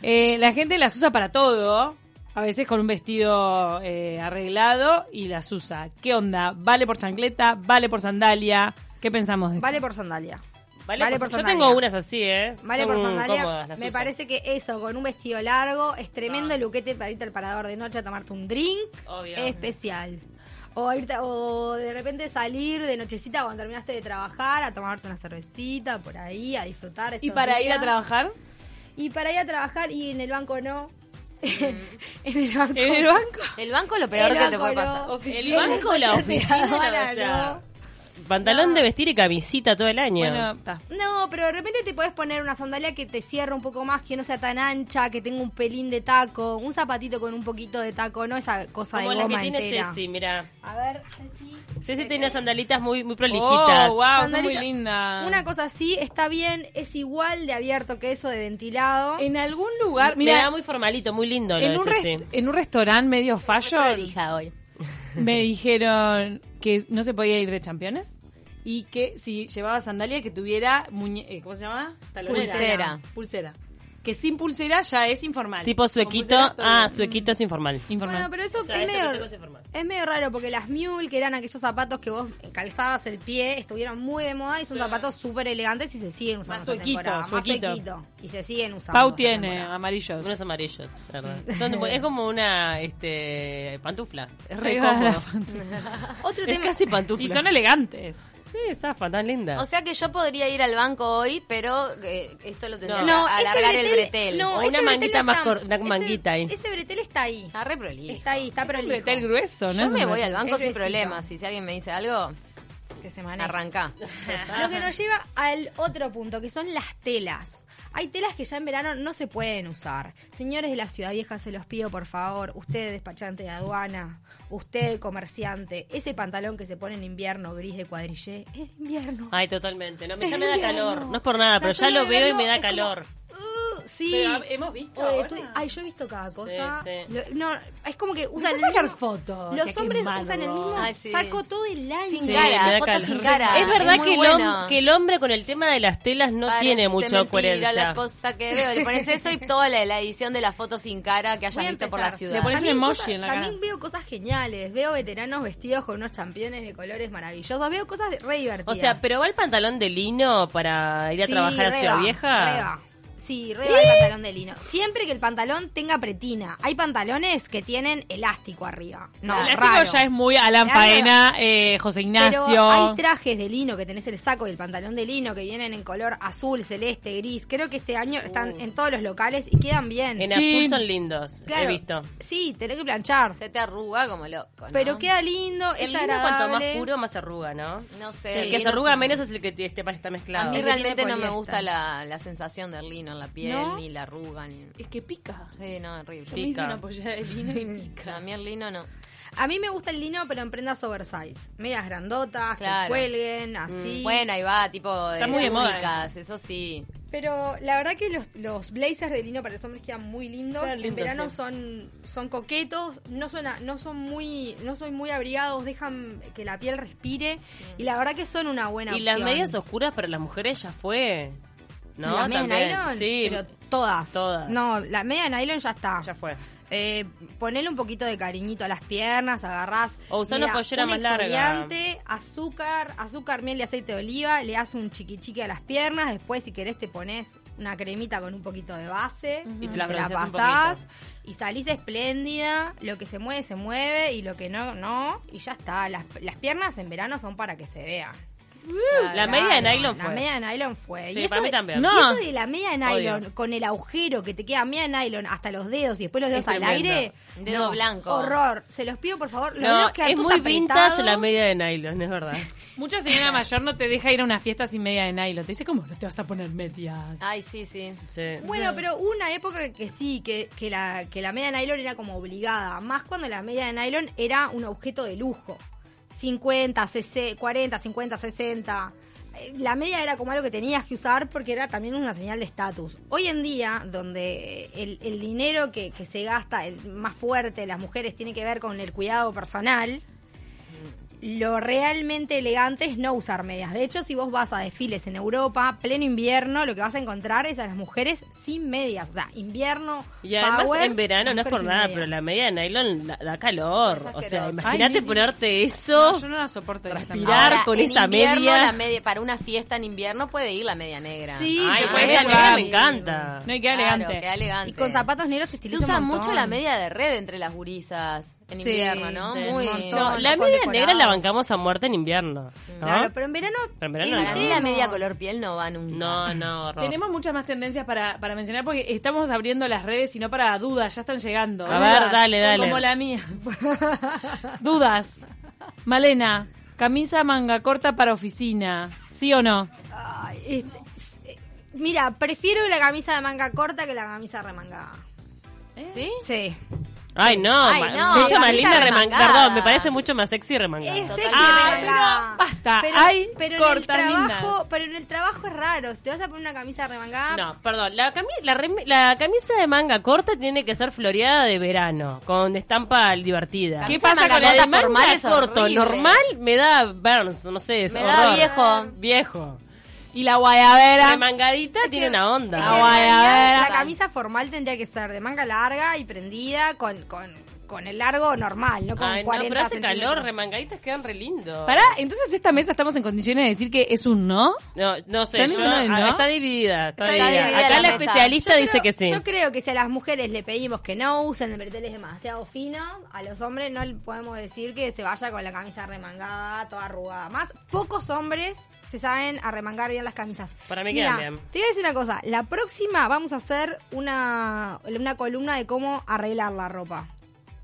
[SPEAKER 4] Eh, la gente las usa para todo. A veces con un vestido eh, arreglado y las usa. ¿Qué onda? ¿Vale por chancleta? ¿Vale por sandalia? ¿Qué pensamos de esto?
[SPEAKER 3] Vale por sandalia.
[SPEAKER 1] Vale,
[SPEAKER 3] Vale
[SPEAKER 1] por-
[SPEAKER 3] por
[SPEAKER 1] yo
[SPEAKER 3] sandalia.
[SPEAKER 1] tengo unas así, ¿eh?
[SPEAKER 3] Vale
[SPEAKER 1] Son
[SPEAKER 3] por sandalia.
[SPEAKER 1] cómodas, las
[SPEAKER 3] me
[SPEAKER 1] uso.
[SPEAKER 3] parece que eso, con un vestido largo, es
[SPEAKER 4] Ah.
[SPEAKER 3] tremendo luquete para irte al parador de noche a tomarte un drink
[SPEAKER 1] Obvio.
[SPEAKER 3] especial. O, irte- o de repente salir de nochecita cuando terminaste de trabajar a tomarte una cervecita por ahí, a disfrutar.
[SPEAKER 4] ¿Y
[SPEAKER 3] estos
[SPEAKER 4] para ir a
[SPEAKER 3] días.
[SPEAKER 4] trabajar?
[SPEAKER 3] Y para ir a trabajar y en el banco no.
[SPEAKER 1] Mm.
[SPEAKER 3] en el banco.
[SPEAKER 4] ¿En el banco?
[SPEAKER 2] El banco es lo peor
[SPEAKER 3] El
[SPEAKER 2] que te
[SPEAKER 3] banco
[SPEAKER 2] puede
[SPEAKER 3] no.
[SPEAKER 2] pasar.
[SPEAKER 1] El banco, la
[SPEAKER 3] Noche te
[SPEAKER 1] oficina,
[SPEAKER 3] da
[SPEAKER 1] la
[SPEAKER 3] gana,
[SPEAKER 1] olla.
[SPEAKER 3] no.
[SPEAKER 1] Pantalón
[SPEAKER 3] No.
[SPEAKER 1] de vestir y camisita todo el año.
[SPEAKER 4] Bueno, está.
[SPEAKER 3] No, pero de repente te puedes poner una sandalia que te cierre un poco más, que no sea tan ancha, que tenga un pelín de taco, un zapatito con un poquito de taco, no esa cosa
[SPEAKER 1] Como
[SPEAKER 3] de
[SPEAKER 1] la
[SPEAKER 3] goma
[SPEAKER 1] que tiene
[SPEAKER 3] entera.
[SPEAKER 1] Ceci, mira.
[SPEAKER 3] A ver, Ceci.
[SPEAKER 1] Ceci
[SPEAKER 3] Eh,
[SPEAKER 1] tiene unas
[SPEAKER 3] eh,
[SPEAKER 1] sandalitas muy, muy prolijitas.
[SPEAKER 4] Oh, wow, son muy
[SPEAKER 3] Sandalita-
[SPEAKER 1] Ah.
[SPEAKER 4] lindas.
[SPEAKER 3] Una cosa así está bien, es igual de abierto que eso de ventilado.
[SPEAKER 4] En algún lugar,
[SPEAKER 1] Mira,
[SPEAKER 4] mira,
[SPEAKER 1] muy formalito, muy lindo. lo
[SPEAKER 4] en
[SPEAKER 1] de
[SPEAKER 4] un,
[SPEAKER 1] Ceci.
[SPEAKER 4] rest- en un restaurante medio fallo
[SPEAKER 2] Elija hoy.
[SPEAKER 4] me dijeron que no se podía ir de campeones y que si llevaba sandalia que tuviera muñe eh, ¿cómo se llama? Talonera.
[SPEAKER 2] Pulsera.
[SPEAKER 4] Pulsera. Que sin pulsera ya es informal.
[SPEAKER 1] Tipo
[SPEAKER 4] Con
[SPEAKER 1] suequito.
[SPEAKER 4] pulsera todo
[SPEAKER 1] Ah,
[SPEAKER 4] bien.
[SPEAKER 1] suequito es informal.
[SPEAKER 4] Informal.
[SPEAKER 3] Bueno, pero eso
[SPEAKER 1] O sea,
[SPEAKER 3] es
[SPEAKER 1] esto que
[SPEAKER 3] medio...
[SPEAKER 1] tengo es informal.
[SPEAKER 3] Es medio raro porque las mule, que eran aquellos zapatos que vos calzabas el pie, estuvieron muy de moda y son zapatos súper elegantes y se siguen usando.
[SPEAKER 4] Más
[SPEAKER 3] esta
[SPEAKER 4] suequito,
[SPEAKER 3] temporada. Más
[SPEAKER 4] suequito.
[SPEAKER 3] suequito. Y se siguen usando.
[SPEAKER 4] Pau
[SPEAKER 3] esta
[SPEAKER 4] tiene
[SPEAKER 3] temporada.
[SPEAKER 4] amarillos.
[SPEAKER 1] Unos amarillos, la verdad. Son muy- es como una este, pantufla. Es re
[SPEAKER 4] Arriba de la
[SPEAKER 1] cómodo.
[SPEAKER 3] Otro
[SPEAKER 1] Es
[SPEAKER 3] tema.
[SPEAKER 1] casi
[SPEAKER 4] Y
[SPEAKER 1] pantufla.
[SPEAKER 4] son elegantes.
[SPEAKER 1] Sí, zafa, tan linda.
[SPEAKER 2] O sea que yo podría ir al banco hoy, pero eh, esto lo tendría
[SPEAKER 1] No.
[SPEAKER 2] que
[SPEAKER 3] No, ese
[SPEAKER 2] alargar el bretel.
[SPEAKER 3] No,
[SPEAKER 1] O una
[SPEAKER 3] ese bretel
[SPEAKER 1] manguita
[SPEAKER 3] no
[SPEAKER 1] más
[SPEAKER 3] está-
[SPEAKER 1] cor- una
[SPEAKER 3] ese-
[SPEAKER 1] manguita ahí.
[SPEAKER 3] Ese bretel está ahí.
[SPEAKER 2] Está re prolijo.
[SPEAKER 3] Está ahí, está
[SPEAKER 4] Ah, Un
[SPEAKER 3] prolijo.
[SPEAKER 4] bretel grueso, ¿no?
[SPEAKER 2] Yo
[SPEAKER 4] Es un
[SPEAKER 2] me voy
[SPEAKER 4] bretel.
[SPEAKER 2] al banco
[SPEAKER 3] Es
[SPEAKER 2] sin
[SPEAKER 3] gruesito.
[SPEAKER 2] problemas. Y si alguien me dice algo,
[SPEAKER 3] Que se maneja.
[SPEAKER 2] arranca.
[SPEAKER 3] Lo que nos lleva al otro punto, que son las telas. Hay telas que ya en verano no se pueden usar. Señores de la Ciudad Vieja, se los pido por favor. Usted, despachante de aduana, usted, comerciante, ese pantalón que se pone en invierno gris de cuadrillé, es de invierno.
[SPEAKER 1] Ay, totalmente. No, me-
[SPEAKER 3] Es
[SPEAKER 1] ya
[SPEAKER 3] de
[SPEAKER 1] me da
[SPEAKER 3] invierno.
[SPEAKER 1] calor. No es por
[SPEAKER 3] O
[SPEAKER 1] nada,
[SPEAKER 3] sea,
[SPEAKER 1] Ah, pero
[SPEAKER 3] yo
[SPEAKER 1] ya
[SPEAKER 3] lo
[SPEAKER 1] lo veo y me da
[SPEAKER 3] es como,
[SPEAKER 1] calor.
[SPEAKER 3] "Uh, sí.
[SPEAKER 4] Pero ah, hemos visto
[SPEAKER 3] Oye,
[SPEAKER 4] ahora.
[SPEAKER 3] tú- ay, yo he visto cada cosa.
[SPEAKER 1] sí.
[SPEAKER 3] Lo- no, es como que usan el
[SPEAKER 4] sacar
[SPEAKER 3] mismo-
[SPEAKER 4] fotos,
[SPEAKER 3] Los
[SPEAKER 4] ya que
[SPEAKER 3] hombres
[SPEAKER 4] malo. Ah,
[SPEAKER 3] usan el mismo
[SPEAKER 2] Ay, sí.
[SPEAKER 3] saco todo el año.
[SPEAKER 2] Sin
[SPEAKER 1] Sí, me
[SPEAKER 2] cara,
[SPEAKER 1] da
[SPEAKER 2] fotos
[SPEAKER 1] calor.
[SPEAKER 2] sin cara.
[SPEAKER 1] Es verdad
[SPEAKER 2] muy
[SPEAKER 1] que, el
[SPEAKER 2] bueno.
[SPEAKER 1] hom- que el hombre con el tema de las telas no
[SPEAKER 2] Parece
[SPEAKER 1] tiene mucha
[SPEAKER 2] este mentira
[SPEAKER 1] coherencia.
[SPEAKER 2] la cosa que veo. Le pones eso y toda la, la edición de la foto sin cara que
[SPEAKER 3] Voy
[SPEAKER 2] hayas
[SPEAKER 3] a
[SPEAKER 2] visto por
[SPEAKER 3] empezar.
[SPEAKER 2] la ciudad.
[SPEAKER 4] Le pones un
[SPEAKER 3] También
[SPEAKER 4] emoji
[SPEAKER 3] cosas-
[SPEAKER 4] en la
[SPEAKER 3] También
[SPEAKER 4] cara.
[SPEAKER 3] veo cosas geniales. Veo veteranos vestidos con unos championes de colores maravillosos. Veo cosas re
[SPEAKER 1] O
[SPEAKER 3] divertidas.
[SPEAKER 1] sea, pero va el pantalón de lino para ir a
[SPEAKER 3] Sí,
[SPEAKER 1] trabajar a
[SPEAKER 3] re
[SPEAKER 1] Ciudad
[SPEAKER 3] va,
[SPEAKER 1] Vieja.
[SPEAKER 3] re va. Sí, re va el pantalón de lino. Siempre que el pantalón tenga pretina. Hay pantalones que tienen elástico arriba. No,
[SPEAKER 4] El
[SPEAKER 3] raro.
[SPEAKER 4] artículo ya es muy Alan
[SPEAKER 3] Raro.
[SPEAKER 4] Faena, eh, José Ignacio.
[SPEAKER 3] Pero hay trajes de lino que tenés el saco y el pantalón de lino que vienen en color azul, celeste, gris. Creo que este año están en todos los locales y quedan bien.
[SPEAKER 1] Uh. En
[SPEAKER 4] Sí.
[SPEAKER 1] azul son lindos,
[SPEAKER 3] Claro.
[SPEAKER 1] he visto.
[SPEAKER 3] Sí, tenés que planchar.
[SPEAKER 2] Se te arruga como loco. ¿no?
[SPEAKER 3] Pero queda lindo, es
[SPEAKER 1] El lino
[SPEAKER 3] agradable.
[SPEAKER 1] cuanto más puro, más arruga, ¿no?
[SPEAKER 2] No
[SPEAKER 1] Sí,
[SPEAKER 2] sé.
[SPEAKER 1] el que se
[SPEAKER 2] lino
[SPEAKER 1] arruga
[SPEAKER 2] es un-
[SPEAKER 1] menos es el que t- este, está
[SPEAKER 2] A
[SPEAKER 1] mezclado.
[SPEAKER 2] mí
[SPEAKER 3] El que
[SPEAKER 2] realmente
[SPEAKER 3] tiene
[SPEAKER 2] no me
[SPEAKER 3] poliéster.
[SPEAKER 2] gusta la, la sensación del lino en la piel,
[SPEAKER 3] ¿No?
[SPEAKER 2] ni la arruga, ni...
[SPEAKER 4] Es que pica.
[SPEAKER 2] Sí, no, horrible.
[SPEAKER 4] Yo me hice
[SPEAKER 1] Pica.
[SPEAKER 4] una pollera de lino y
[SPEAKER 2] A
[SPEAKER 4] pica.
[SPEAKER 2] mí el lino no.
[SPEAKER 3] A mí me gusta el lino, pero en prendas oversize. Medias grandotas,
[SPEAKER 1] Mm.
[SPEAKER 2] Claro.
[SPEAKER 3] que cuelguen, así.
[SPEAKER 2] Mm. Bueno, ahí va, tipo...
[SPEAKER 4] Está
[SPEAKER 2] eh,
[SPEAKER 4] muy de moda
[SPEAKER 2] únicas, eso sí.
[SPEAKER 3] Pero la verdad que los, los blazers de lino para los hombres quedan muy lindos.
[SPEAKER 1] Quedan
[SPEAKER 3] en
[SPEAKER 1] lindos,
[SPEAKER 3] verano
[SPEAKER 1] sí.
[SPEAKER 3] son, son coquetos, no son, a- no son muy, no son muy abrigados, dejan que la piel respire. Y la verdad que son una buena
[SPEAKER 1] Mm. y
[SPEAKER 3] opción.
[SPEAKER 1] las medias oscuras para las mujeres ya fue. ¿No?
[SPEAKER 3] ¿Las medias
[SPEAKER 1] También.
[SPEAKER 3] nylon?
[SPEAKER 1] Sí,
[SPEAKER 3] Pero todas.
[SPEAKER 1] Todas.
[SPEAKER 3] No, la media nylon ya está.
[SPEAKER 1] ya fue.
[SPEAKER 3] Eh, ponele un poquito de cariñito a las piernas, agarrás.
[SPEAKER 1] O usá una
[SPEAKER 3] mira,
[SPEAKER 1] pollera
[SPEAKER 3] un
[SPEAKER 1] más larga.
[SPEAKER 3] exfoliante, azúcar, azúcar, miel y aceite de oliva, le das un chiquichique a las piernas, después si querés te pones una cremita con un poquito de base,
[SPEAKER 1] Y te la bronceás un
[SPEAKER 3] pasás
[SPEAKER 1] poquito.
[SPEAKER 3] y salís espléndida, lo que se mueve se mueve y lo que no, no, y ya está. Las, las piernas en verano son para que se vean.
[SPEAKER 1] La
[SPEAKER 3] Claro,
[SPEAKER 1] media de nylon
[SPEAKER 3] La
[SPEAKER 1] fue.
[SPEAKER 3] media de nylon fue.
[SPEAKER 1] Sí,
[SPEAKER 3] y eso
[SPEAKER 1] para mí
[SPEAKER 3] de-
[SPEAKER 1] también.
[SPEAKER 3] y
[SPEAKER 4] No.
[SPEAKER 3] eso de la media de nylon
[SPEAKER 1] Odio.
[SPEAKER 3] con el agujero que te queda media nylon hasta los dedos y después los dedos
[SPEAKER 1] Es
[SPEAKER 3] al
[SPEAKER 1] tremendo.
[SPEAKER 3] aire.
[SPEAKER 2] Dedo blanco.
[SPEAKER 3] Horror. Se los pido, por favor. Los
[SPEAKER 1] No,
[SPEAKER 3] dedos quedan
[SPEAKER 1] es
[SPEAKER 3] todos
[SPEAKER 1] muy vintage
[SPEAKER 3] apretados.
[SPEAKER 1] la media de nylon, es verdad.
[SPEAKER 4] Mucha señora mayor no te deja ir a una fiesta sin media de nylon. Te dice, ¿cómo no te vas a poner medias?
[SPEAKER 2] Ay, sí, sí.
[SPEAKER 1] Sí.
[SPEAKER 3] Bueno, pero hubo una época que sí, que, que, la, que la media de nylon era como obligada. Más cuando la media de nylon era un objeto de lujo. 50, 60, 40, 50, 60. Eh, La media era como algo que tenías que usar porque era también una señal de estatus. Hoy en día, donde el, el dinero que, que se gasta el más fuerte de las mujeres tiene que ver con el cuidado personal, lo realmente elegante es no usar medias. De hecho, si vos vas a desfiles en Europa, pleno invierno, lo que vas a encontrar es a las mujeres sin medias. O sea, invierno.
[SPEAKER 1] Y además
[SPEAKER 3] power,
[SPEAKER 1] en verano no es
[SPEAKER 3] mujeres
[SPEAKER 1] por
[SPEAKER 3] sin
[SPEAKER 1] nada,
[SPEAKER 3] medias.
[SPEAKER 1] pero la media de nylon la- da calor.
[SPEAKER 2] Es
[SPEAKER 1] O sea,
[SPEAKER 2] asqueroso.
[SPEAKER 1] imagínate
[SPEAKER 4] Ay, mi-
[SPEAKER 1] ponerte eso.
[SPEAKER 4] No, yo no la soporto. directamente.
[SPEAKER 1] Respirar. con
[SPEAKER 2] en
[SPEAKER 1] esa
[SPEAKER 2] invierno,
[SPEAKER 1] media.
[SPEAKER 2] la media. Para una fiesta en invierno puede ir la media negra. Ah,
[SPEAKER 3] Sí,
[SPEAKER 1] Ay,
[SPEAKER 3] pero
[SPEAKER 1] pues
[SPEAKER 4] es
[SPEAKER 1] esa negra
[SPEAKER 4] verdad.
[SPEAKER 1] me encanta.
[SPEAKER 4] No hay que elegante.
[SPEAKER 2] Claro, queda elegante.
[SPEAKER 3] Y con zapatos negros te
[SPEAKER 2] Se
[SPEAKER 3] estiliza
[SPEAKER 2] usa
[SPEAKER 3] un montón.
[SPEAKER 2] mucho la media de red entre las gurisas en
[SPEAKER 3] Sí,
[SPEAKER 2] invierno, ¿no?
[SPEAKER 3] sí,
[SPEAKER 2] Muy.
[SPEAKER 3] un montón.
[SPEAKER 1] No,
[SPEAKER 3] con
[SPEAKER 1] la
[SPEAKER 3] los
[SPEAKER 1] media
[SPEAKER 3] condecorados.
[SPEAKER 1] negra la bancamos a muerte en invierno. ¿no?
[SPEAKER 3] Claro, pero en verano.
[SPEAKER 1] ¿Ah? Pero en verano
[SPEAKER 2] Para mí la
[SPEAKER 3] evitemos.
[SPEAKER 2] media color piel no va nunca.
[SPEAKER 1] No, no, horror.
[SPEAKER 4] Tenemos muchas más tendencias para, para mencionar porque estamos abriendo las redes y no para dudas, ya están llegando.
[SPEAKER 1] A ver,
[SPEAKER 4] Dudas,
[SPEAKER 1] dale, dale.
[SPEAKER 4] Como la mía. dudas. Malena, Camisa manga corta para oficina. ¿Sí o no?
[SPEAKER 3] Ay, este, s- eh, mira, prefiero la camisa de manga corta que la camisa remangada.
[SPEAKER 2] ¿Sí?
[SPEAKER 3] Sí.
[SPEAKER 1] Ay, no,
[SPEAKER 2] Ay,
[SPEAKER 1] ma-
[SPEAKER 2] no,
[SPEAKER 1] mucho más
[SPEAKER 2] camisa
[SPEAKER 1] linda remangada.
[SPEAKER 2] remangada.
[SPEAKER 1] Perdón, me parece mucho más sexy remangada.
[SPEAKER 3] Es sexy
[SPEAKER 4] Ah,
[SPEAKER 3] remangada.
[SPEAKER 4] pero basta, hay cortas
[SPEAKER 3] en el
[SPEAKER 4] lindas.
[SPEAKER 3] trabajo, Pero en el trabajo es raro. Si te vas a poner una camisa remangada,
[SPEAKER 1] No, perdón, la, cami- la, rem- la camisa de manga corta tiene que ser floreada de verano, con estampa divertida.
[SPEAKER 4] ¿Qué
[SPEAKER 2] Camisa
[SPEAKER 4] pasa
[SPEAKER 2] manga
[SPEAKER 4] con la
[SPEAKER 2] corta
[SPEAKER 4] de manga
[SPEAKER 2] formal es
[SPEAKER 1] corto,
[SPEAKER 2] horrible.
[SPEAKER 1] normal me da Burns, no sé, es
[SPEAKER 2] Me da
[SPEAKER 1] horror.
[SPEAKER 2] viejo.
[SPEAKER 1] Viejo.
[SPEAKER 4] Y la guayabera.
[SPEAKER 1] Remangadita tiene una onda.
[SPEAKER 3] es que
[SPEAKER 4] Ah,
[SPEAKER 3] en
[SPEAKER 4] guay, a
[SPEAKER 3] realidad
[SPEAKER 4] ver.
[SPEAKER 3] la camisa formal tendría que ser de manga larga y prendida con, con, con el largo normal, no con
[SPEAKER 1] Ay, no,
[SPEAKER 3] 40
[SPEAKER 1] pero hace calor,
[SPEAKER 3] centímetros.
[SPEAKER 1] remangaditas quedan re lindo.
[SPEAKER 4] Pará, entonces esta mesa estamos en condiciones de decir que es un no.
[SPEAKER 1] No, no sé,
[SPEAKER 4] ¿Están
[SPEAKER 1] yo-
[SPEAKER 4] diciendo que
[SPEAKER 1] ah,
[SPEAKER 4] no?
[SPEAKER 1] está dividida. Está,
[SPEAKER 2] Está
[SPEAKER 1] dividida.
[SPEAKER 2] dividida
[SPEAKER 1] Acá
[SPEAKER 2] la
[SPEAKER 1] la,
[SPEAKER 2] mesa.
[SPEAKER 1] especialista
[SPEAKER 3] Yo
[SPEAKER 1] dice
[SPEAKER 3] creo-
[SPEAKER 1] que sí.
[SPEAKER 3] Yo creo que si a las mujeres le pedimos que no usen breteles demasiado finos, a los hombres no le podemos decir que se vaya con la camisa remangada, toda arrugada. Más, pocos hombres se saben arremangar bien las camisas.
[SPEAKER 1] Para mí quedan
[SPEAKER 3] Mira,
[SPEAKER 1] bien.
[SPEAKER 3] Te voy a decir una cosa. La próxima vamos a hacer una, una columna de cómo arreglar la ropa.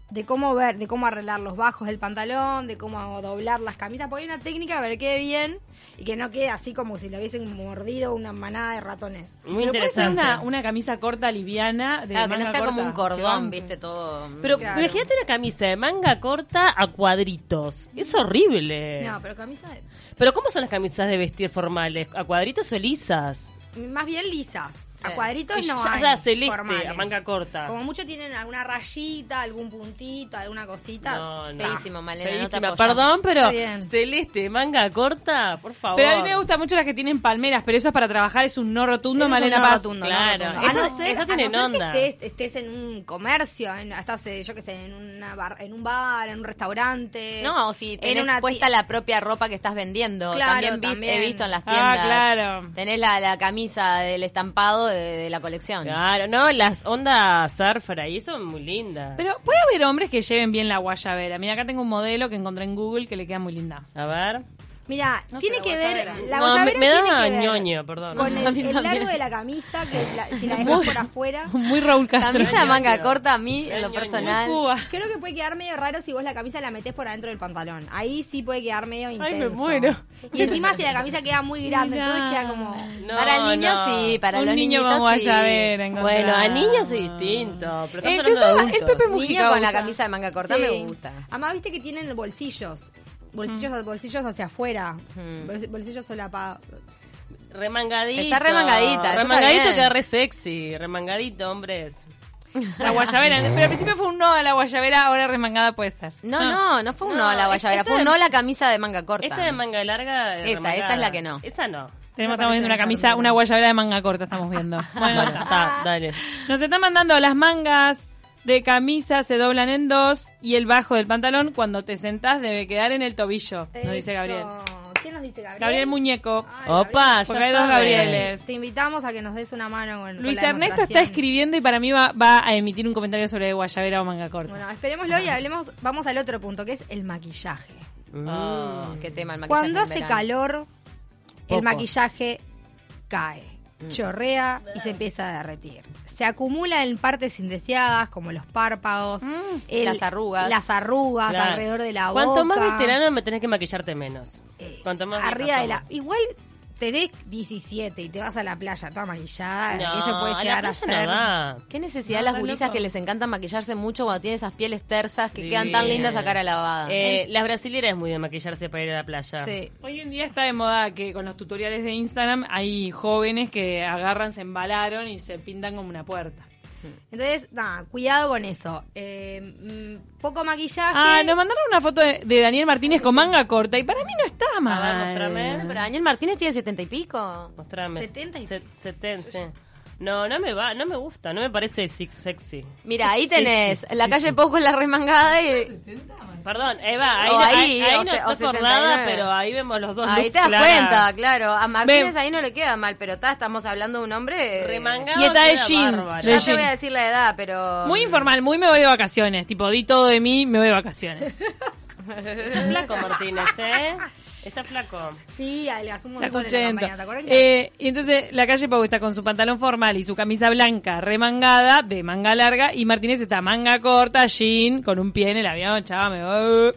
[SPEAKER 3] De cómo ver, de cómo arreglar los bajos del pantalón, de cómo doblar las camisas. Porque hay una técnica para que quede bien y que no quede así como si le hubiesen mordido una manada de ratones.
[SPEAKER 1] Muy
[SPEAKER 4] Pero puede ser
[SPEAKER 1] interesante.
[SPEAKER 4] una, una camisa corta, liviana. De
[SPEAKER 2] Claro, que no
[SPEAKER 4] manga
[SPEAKER 2] sea como
[SPEAKER 4] corta,
[SPEAKER 2] un
[SPEAKER 4] que banque.
[SPEAKER 2] cordón, viste, todo.
[SPEAKER 1] Pero
[SPEAKER 3] Claro.
[SPEAKER 1] imagínate una camisa de manga corta a cuadritos. Es horrible.
[SPEAKER 3] No, pero camisa de-
[SPEAKER 1] Pero ¿cómo son las camisas de vestir formales? ¿A cuadritos o lisas?
[SPEAKER 3] más bien lisas. A
[SPEAKER 2] Sí.
[SPEAKER 3] cuadritos
[SPEAKER 1] Y
[SPEAKER 3] no
[SPEAKER 1] ya-
[SPEAKER 3] hay.
[SPEAKER 1] ya celeste,
[SPEAKER 3] formales.
[SPEAKER 1] a manga corta.
[SPEAKER 3] Como mucho tienen alguna rayita, algún puntito, alguna cosita.
[SPEAKER 1] No, no.
[SPEAKER 2] Feísimo, Malena, no te
[SPEAKER 1] Feísima.
[SPEAKER 2] apoyamos.
[SPEAKER 1] Perdón, pero
[SPEAKER 3] Está bien.
[SPEAKER 1] celeste, manga corta, por favor.
[SPEAKER 4] Pero a mí me gustan mucho las que tienen palmeras, pero eso es para trabajar, es un no
[SPEAKER 3] Eso
[SPEAKER 4] rotundo,
[SPEAKER 3] es
[SPEAKER 4] Malena
[SPEAKER 3] un no
[SPEAKER 4] Paz.
[SPEAKER 3] rotundo, no
[SPEAKER 1] Claro,
[SPEAKER 3] rotundo. A
[SPEAKER 1] eso-
[SPEAKER 3] no ser-
[SPEAKER 1] eso
[SPEAKER 3] a
[SPEAKER 1] tienen
[SPEAKER 3] no ser
[SPEAKER 1] onda.
[SPEAKER 3] Que estés, estés en un comercio, en, estás, eh, yo qué sé, en, una bar- en un bar, en un restaurante.
[SPEAKER 2] No, o si tenés
[SPEAKER 3] eh, en una ti-
[SPEAKER 2] puesta la propia ropa que estás vendiendo.
[SPEAKER 3] Claro,
[SPEAKER 2] también, vi-
[SPEAKER 3] también.
[SPEAKER 2] he visto en las
[SPEAKER 4] Ah,
[SPEAKER 2] tiendas.
[SPEAKER 4] claro.
[SPEAKER 2] Tenés la, la camisa del estampado de, de la colección.
[SPEAKER 1] Claro, no, las ondas surfer ahí son muy lindas.
[SPEAKER 4] Pero puede haber hombres que lleven bien la guayabera. Mira, acá tengo un modelo que encontré en Google que le queda muy linda.
[SPEAKER 1] A ver.
[SPEAKER 3] Mira,
[SPEAKER 4] No sé,
[SPEAKER 3] tiene
[SPEAKER 4] la
[SPEAKER 3] que ver.
[SPEAKER 4] guayabera.
[SPEAKER 3] La
[SPEAKER 1] No, me-
[SPEAKER 3] guayabera
[SPEAKER 1] me da
[SPEAKER 3] tiene que ver
[SPEAKER 1] ñoño, perdón.
[SPEAKER 3] Con
[SPEAKER 1] A mí
[SPEAKER 3] el, el
[SPEAKER 1] también.
[SPEAKER 3] largo de la camisa, que la- si la dejas por afuera.
[SPEAKER 4] Muy Raúl Castro.
[SPEAKER 2] Camisa de manga
[SPEAKER 1] Ñoño.
[SPEAKER 2] corta a mí, en lo
[SPEAKER 1] Ñoño.
[SPEAKER 2] personal.
[SPEAKER 4] Cuba.
[SPEAKER 3] Creo que puede quedar medio raro si vos la camisa la metés por adentro del pantalón. Ahí sí puede quedar medio intenso.
[SPEAKER 4] me muero.
[SPEAKER 3] Y encima si la camisa queda muy grande,
[SPEAKER 4] Mirá.
[SPEAKER 3] entonces queda como...
[SPEAKER 1] No,
[SPEAKER 2] para el niño
[SPEAKER 1] no.
[SPEAKER 2] sí, para
[SPEAKER 4] un
[SPEAKER 2] los
[SPEAKER 4] niño
[SPEAKER 2] niñitos
[SPEAKER 4] con guayabera.
[SPEAKER 2] sí.
[SPEAKER 4] encontramos.
[SPEAKER 1] Bueno, a niños es distinto. Pero estamos
[SPEAKER 4] Eh, que
[SPEAKER 1] hablando de
[SPEAKER 4] eso-
[SPEAKER 1] adultos.
[SPEAKER 4] el Pepe
[SPEAKER 2] Niño
[SPEAKER 4] Mujica
[SPEAKER 2] con la
[SPEAKER 4] usa.
[SPEAKER 2] camisa de manga corta
[SPEAKER 3] Sí.
[SPEAKER 2] me gusta.
[SPEAKER 3] Además, viste que tienen bolsillos. Bolsillos,
[SPEAKER 4] Mm.
[SPEAKER 3] bolsillos hacia afuera.
[SPEAKER 2] Mm.
[SPEAKER 3] Bolsi- Bolsillos solapados.
[SPEAKER 1] Remangadito.
[SPEAKER 2] Está remangadita, eso está
[SPEAKER 1] Remangadito
[SPEAKER 2] bien.
[SPEAKER 1] queda re sexy. Remangadito, hombres.
[SPEAKER 4] La guayabera. Pero al principio fue un no a la guayabera, ahora remangada puede ser.
[SPEAKER 2] No,
[SPEAKER 4] Ah.
[SPEAKER 2] no, no fue un no,
[SPEAKER 1] No,
[SPEAKER 2] a la guayabera,
[SPEAKER 1] esta
[SPEAKER 2] fue un
[SPEAKER 1] de-
[SPEAKER 2] no a la camisa de manga corta.
[SPEAKER 1] Esta de manga larga.
[SPEAKER 2] Esa,
[SPEAKER 1] remangada.
[SPEAKER 2] esa es la que no.
[SPEAKER 1] Esa no.
[SPEAKER 3] Me
[SPEAKER 4] Tenemos, estamos viendo
[SPEAKER 3] parece
[SPEAKER 4] una camisa,
[SPEAKER 3] bárbaro.
[SPEAKER 4] una guayabera de manga corta, estamos viendo. Bueno,
[SPEAKER 1] Bueno,
[SPEAKER 4] ya.
[SPEAKER 1] está, dale.
[SPEAKER 4] Nos están mandando las mangas de camisa se doblan en dos y el bajo del pantalón cuando te sentás debe quedar en el tobillo, nos dice Gabriel.
[SPEAKER 3] Eso. ¿Quién nos dice Gabriel?
[SPEAKER 4] Gabriel Muñeco.
[SPEAKER 3] Ay,
[SPEAKER 1] Opa,
[SPEAKER 4] Porque
[SPEAKER 1] ya
[SPEAKER 4] hay dos
[SPEAKER 1] saben.
[SPEAKER 4] Gabrieles.
[SPEAKER 3] Gabriel. Te invitamos a que nos des una mano con con
[SPEAKER 4] Luis
[SPEAKER 3] la
[SPEAKER 4] Ernesto está
[SPEAKER 3] demostración.
[SPEAKER 4] escribiendo y para mí va, va a emitir un comentario sobre guayabera o manga corta.
[SPEAKER 3] Bueno, esperémoslo y hablemos. Vamos al otro punto, que es el maquillaje.
[SPEAKER 2] Oh, qué tema el maquillaje.
[SPEAKER 3] Cuando
[SPEAKER 2] en
[SPEAKER 3] hace
[SPEAKER 2] verano.
[SPEAKER 3] calor,
[SPEAKER 1] Poco.
[SPEAKER 3] el maquillaje cae,
[SPEAKER 2] Mm.
[SPEAKER 3] chorrea y se empieza a derretir. Se acumula en partes indeseadas como los párpados, el-
[SPEAKER 2] Mm. Las arrugas.
[SPEAKER 3] las arrugas
[SPEAKER 1] Claro.
[SPEAKER 3] alrededor de la
[SPEAKER 1] Cuanto
[SPEAKER 3] boca.
[SPEAKER 1] más veterano me tenés que maquillarte menos.
[SPEAKER 3] eh,
[SPEAKER 1] Cuanto más
[SPEAKER 3] arriba
[SPEAKER 1] vieja
[SPEAKER 3] de la
[SPEAKER 1] somos.
[SPEAKER 3] igual tenés 17 y te vas a la playa toda maquillada,
[SPEAKER 1] No,
[SPEAKER 3] aquello eh, puede
[SPEAKER 1] a la
[SPEAKER 3] llegar a
[SPEAKER 1] playa no
[SPEAKER 3] ser
[SPEAKER 1] da.
[SPEAKER 2] Qué necesidad
[SPEAKER 4] No,
[SPEAKER 2] las
[SPEAKER 4] está
[SPEAKER 2] gurisas
[SPEAKER 4] loco.
[SPEAKER 2] que les encanta maquillarse mucho cuando tienen esas pieles tersas que quedan
[SPEAKER 1] Divina.
[SPEAKER 2] tan lindas a cara lavada.
[SPEAKER 1] Eh, las brasileras es muy de maquillarse para ir a la playa.
[SPEAKER 3] Sí.
[SPEAKER 4] Hoy en día está de moda que con los tutoriales de Instagram hay jóvenes que agarran, se embalaron y se pintan como una puerta.
[SPEAKER 3] Entonces, nada, cuidado con eso. Eh, mm, poco maquillaje.
[SPEAKER 4] Ah, nos mandaron una foto de, de Daniel Martínez con manga corta y para mí no está mal.
[SPEAKER 1] mostrame.
[SPEAKER 2] Pero Daniel Martínez tiene setenta y pico.
[SPEAKER 1] Mostrame.
[SPEAKER 3] 70 y-
[SPEAKER 1] Se- 70, sí. No, no me va, no me gusta, no me parece six- sexy.
[SPEAKER 2] Mira, ahí tenés la calle Poco en la remangada y
[SPEAKER 1] Perdón, Eva, ahí,
[SPEAKER 2] O
[SPEAKER 1] no- ahí,
[SPEAKER 2] ahí, o
[SPEAKER 1] ahí
[SPEAKER 2] se-
[SPEAKER 1] no
[SPEAKER 2] o
[SPEAKER 1] estoy por
[SPEAKER 2] 69.
[SPEAKER 1] nada, pero ahí vemos los dos
[SPEAKER 2] ahí
[SPEAKER 1] looks
[SPEAKER 2] te das
[SPEAKER 1] Clara.
[SPEAKER 2] cuenta, claro. A Martínez
[SPEAKER 4] Ven.
[SPEAKER 2] ahí no le queda mal, pero ta, estamos hablando de un hombre. eh,
[SPEAKER 1] Remangado
[SPEAKER 4] Y está de
[SPEAKER 1] queda
[SPEAKER 4] jeans,
[SPEAKER 1] bárbaro.
[SPEAKER 4] de
[SPEAKER 2] Ya te
[SPEAKER 4] jeans.
[SPEAKER 2] voy a decir la edad, pero.
[SPEAKER 4] Muy informal, muy me voy de vacaciones. Tipo, di todo de mí, me voy de vacaciones.
[SPEAKER 1] Está flaco Martínez, ¿eh? Está flaco.
[SPEAKER 3] Sí, adelgazó un
[SPEAKER 4] La
[SPEAKER 3] montón en la campaña, ¿te
[SPEAKER 4] cuchenta.
[SPEAKER 3] acuerdas que-
[SPEAKER 4] Eh, y entonces la calle Pau está con su pantalón formal y su camisa blanca remangada, de manga larga, y Martínez está manga corta, jean, con un pie en el avión, chava, me voy.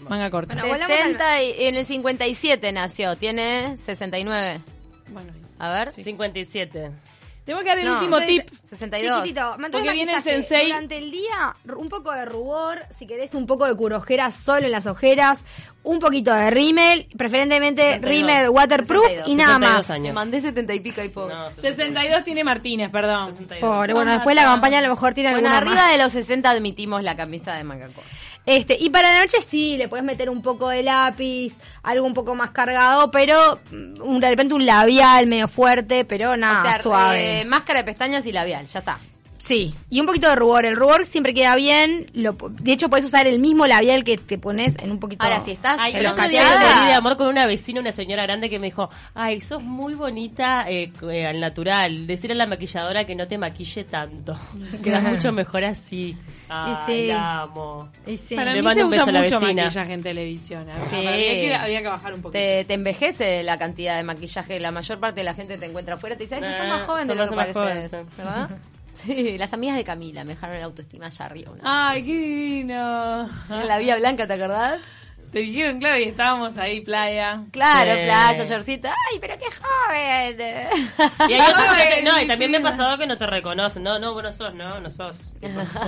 [SPEAKER 4] Manga corta.
[SPEAKER 3] Bueno, volvamos
[SPEAKER 2] 60 y- en el 57 nació, tiene 69.
[SPEAKER 4] Bueno,
[SPEAKER 2] A ver.
[SPEAKER 1] 57.
[SPEAKER 4] tengo que dar el
[SPEAKER 2] No,
[SPEAKER 4] último
[SPEAKER 3] entonces-
[SPEAKER 4] tip.
[SPEAKER 2] 62.
[SPEAKER 3] Chiquitito, mantén
[SPEAKER 4] Porque
[SPEAKER 3] el
[SPEAKER 4] viene el
[SPEAKER 3] maquillaje.
[SPEAKER 4] sensei.
[SPEAKER 3] Durante el día, r- un poco de rubor, si querés un poco de curojera solo en las ojeras, un poquito de rímel, preferentemente
[SPEAKER 1] 62.
[SPEAKER 3] rímel waterproof
[SPEAKER 2] 62.
[SPEAKER 3] y nada
[SPEAKER 1] 62
[SPEAKER 3] más.
[SPEAKER 2] Me
[SPEAKER 1] años.
[SPEAKER 2] mandé 70 y pico y poco.
[SPEAKER 1] No,
[SPEAKER 4] 62 tiene Martínez, perdón.
[SPEAKER 1] 62.
[SPEAKER 3] Pobre, bueno,
[SPEAKER 4] Ah,
[SPEAKER 3] después la
[SPEAKER 4] está.
[SPEAKER 3] campaña a lo mejor tiene
[SPEAKER 2] Bueno,
[SPEAKER 3] alguna
[SPEAKER 2] arriba
[SPEAKER 3] más.
[SPEAKER 2] de los 60 admitimos la camisa de manga corta.
[SPEAKER 3] Este, y para la noche sí, le puedes meter un poco de lápiz, algo un poco más cargado, pero mm, un- de repente un labial medio fuerte, pero nada,
[SPEAKER 2] o sea,
[SPEAKER 3] Ah, suave.
[SPEAKER 2] eh, máscara de pestañas y labial, ya está.
[SPEAKER 3] Sí, y un poquito de rubor. El rubor siempre queda bien. Lo, po- de hecho, puedes usar el mismo labial que te pones en un poquito.
[SPEAKER 2] Ahora, si estás
[SPEAKER 1] Ay,
[SPEAKER 3] Te
[SPEAKER 1] el
[SPEAKER 3] lo
[SPEAKER 1] otro
[SPEAKER 2] bronceada-
[SPEAKER 1] día me
[SPEAKER 3] cacheada.
[SPEAKER 1] morí de amor con una vecina, una señora grande que me dijo, ay, sos muy bonita eh, eh, al natural. Decirle a la maquilladora que no te maquille tanto. Quedas mucho mejor así. Ay,
[SPEAKER 3] sí.
[SPEAKER 1] la amo.
[SPEAKER 3] Y sí.
[SPEAKER 4] Para
[SPEAKER 1] Le
[SPEAKER 4] mí
[SPEAKER 1] mando
[SPEAKER 4] se
[SPEAKER 1] un
[SPEAKER 4] usa
[SPEAKER 1] beso a la
[SPEAKER 4] mucho
[SPEAKER 1] vecina.
[SPEAKER 4] maquillaje en televisión. ¿eh?
[SPEAKER 2] Sí.
[SPEAKER 4] Habría, que, habría que bajar un poquito.
[SPEAKER 2] Te, te envejece la cantidad de maquillaje. La mayor parte de la gente te encuentra afuera y te dice, ay, pero sos
[SPEAKER 1] Eh,
[SPEAKER 2] más joven de
[SPEAKER 1] sos
[SPEAKER 2] lo que
[SPEAKER 1] más
[SPEAKER 2] pareces.
[SPEAKER 1] joven, sí.
[SPEAKER 2] ¿Verdad? Sí, las amigas de Camila me dejaron la autoestima allá arriba. una
[SPEAKER 4] Ay, qué divino.
[SPEAKER 2] vez. En la Vía Blanca, ¿te acordás?
[SPEAKER 4] Te dijeron, claro, y estábamos ahí, playa.
[SPEAKER 2] Claro,
[SPEAKER 1] Sí.
[SPEAKER 2] playa, yorcita. Ay, pero qué joven.
[SPEAKER 1] Y hay otros que
[SPEAKER 4] Ay,
[SPEAKER 1] te- no,
[SPEAKER 4] mi
[SPEAKER 1] y también me ha
[SPEAKER 4] prima.
[SPEAKER 1] pasado que no te reconocen. No, no, vos no sos, no, no sos.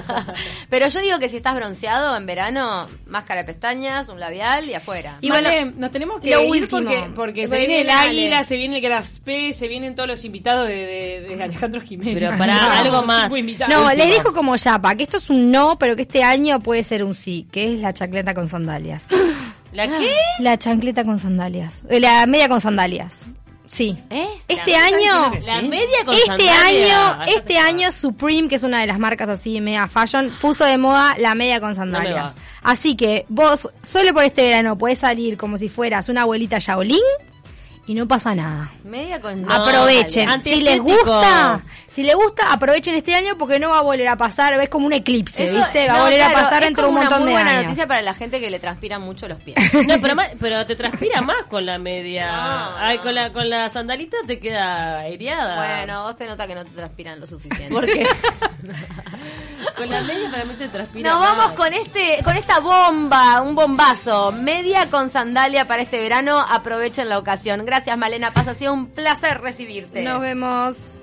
[SPEAKER 2] Pero yo digo que si estás bronceado en verano, máscara de pestañas, un labial y afuera.
[SPEAKER 3] Y
[SPEAKER 4] Vale,
[SPEAKER 3] bueno,
[SPEAKER 4] nos tenemos que
[SPEAKER 3] lo
[SPEAKER 4] ir
[SPEAKER 3] último.
[SPEAKER 4] porque, porque se
[SPEAKER 3] Porque
[SPEAKER 4] viene el
[SPEAKER 3] viene Ale.
[SPEAKER 4] Águila, se viene el Grafspé, se vienen todos los invitados de, de- de Alejandro Jiménez.
[SPEAKER 1] Pero pará, algo más.
[SPEAKER 4] cinco invitados.
[SPEAKER 3] No, le
[SPEAKER 1] Último.
[SPEAKER 3] dejo como yapa, que esto es un no, pero que este año puede ser un sí, que es la chancleta con sandalias.
[SPEAKER 1] ¿La
[SPEAKER 2] Ah.
[SPEAKER 1] qué?
[SPEAKER 3] La chancleta con sandalias. Eh, La media con sandalias. Sí.
[SPEAKER 2] ¿Eh?
[SPEAKER 3] Este
[SPEAKER 1] La-
[SPEAKER 3] año...
[SPEAKER 1] La media con
[SPEAKER 3] Este
[SPEAKER 1] sandalia. Ah,
[SPEAKER 3] año,
[SPEAKER 1] Acá
[SPEAKER 3] este
[SPEAKER 1] te-
[SPEAKER 3] año Supreme, que es una de las marcas así de media fashion, puso de moda la media con
[SPEAKER 1] No me
[SPEAKER 3] sandalias.
[SPEAKER 1] va.
[SPEAKER 3] así que vos solo por este verano podés salir como si fueras una abuelita Shaolin y no pasa nada.
[SPEAKER 2] Media con...
[SPEAKER 1] No,
[SPEAKER 3] aprovechen.
[SPEAKER 1] dale.
[SPEAKER 3] Si les
[SPEAKER 1] Antiestético.
[SPEAKER 3] gusta, si les gusta, aprovechen este año porque no va a volver a pasar, es como un eclipse,
[SPEAKER 2] Eso-
[SPEAKER 3] ¿viste? Va
[SPEAKER 2] no,
[SPEAKER 3] a volver
[SPEAKER 2] claro,
[SPEAKER 3] a pasar
[SPEAKER 2] es
[SPEAKER 3] dentro de un
[SPEAKER 2] como
[SPEAKER 3] montón
[SPEAKER 2] una muy
[SPEAKER 3] de
[SPEAKER 2] buena
[SPEAKER 3] años.
[SPEAKER 2] noticia para la gente que le transpiran mucho los pies.
[SPEAKER 1] No, pero, más- pero te transpira más con la media.
[SPEAKER 2] No,
[SPEAKER 1] Ay,
[SPEAKER 2] no.
[SPEAKER 1] con la, con la sandalita te queda aireada.
[SPEAKER 2] Bueno, vos te nota que no te transpiran lo suficiente.
[SPEAKER 1] Porque con la media para mí te transpira.
[SPEAKER 2] Nos
[SPEAKER 1] más.
[SPEAKER 2] vamos con este, con esta bomba, un bombazo, media con sandalia para este verano. Aprovechen la ocasión. Gracias, Malena Paz, ha sido un placer recibirte.
[SPEAKER 3] Nos vemos.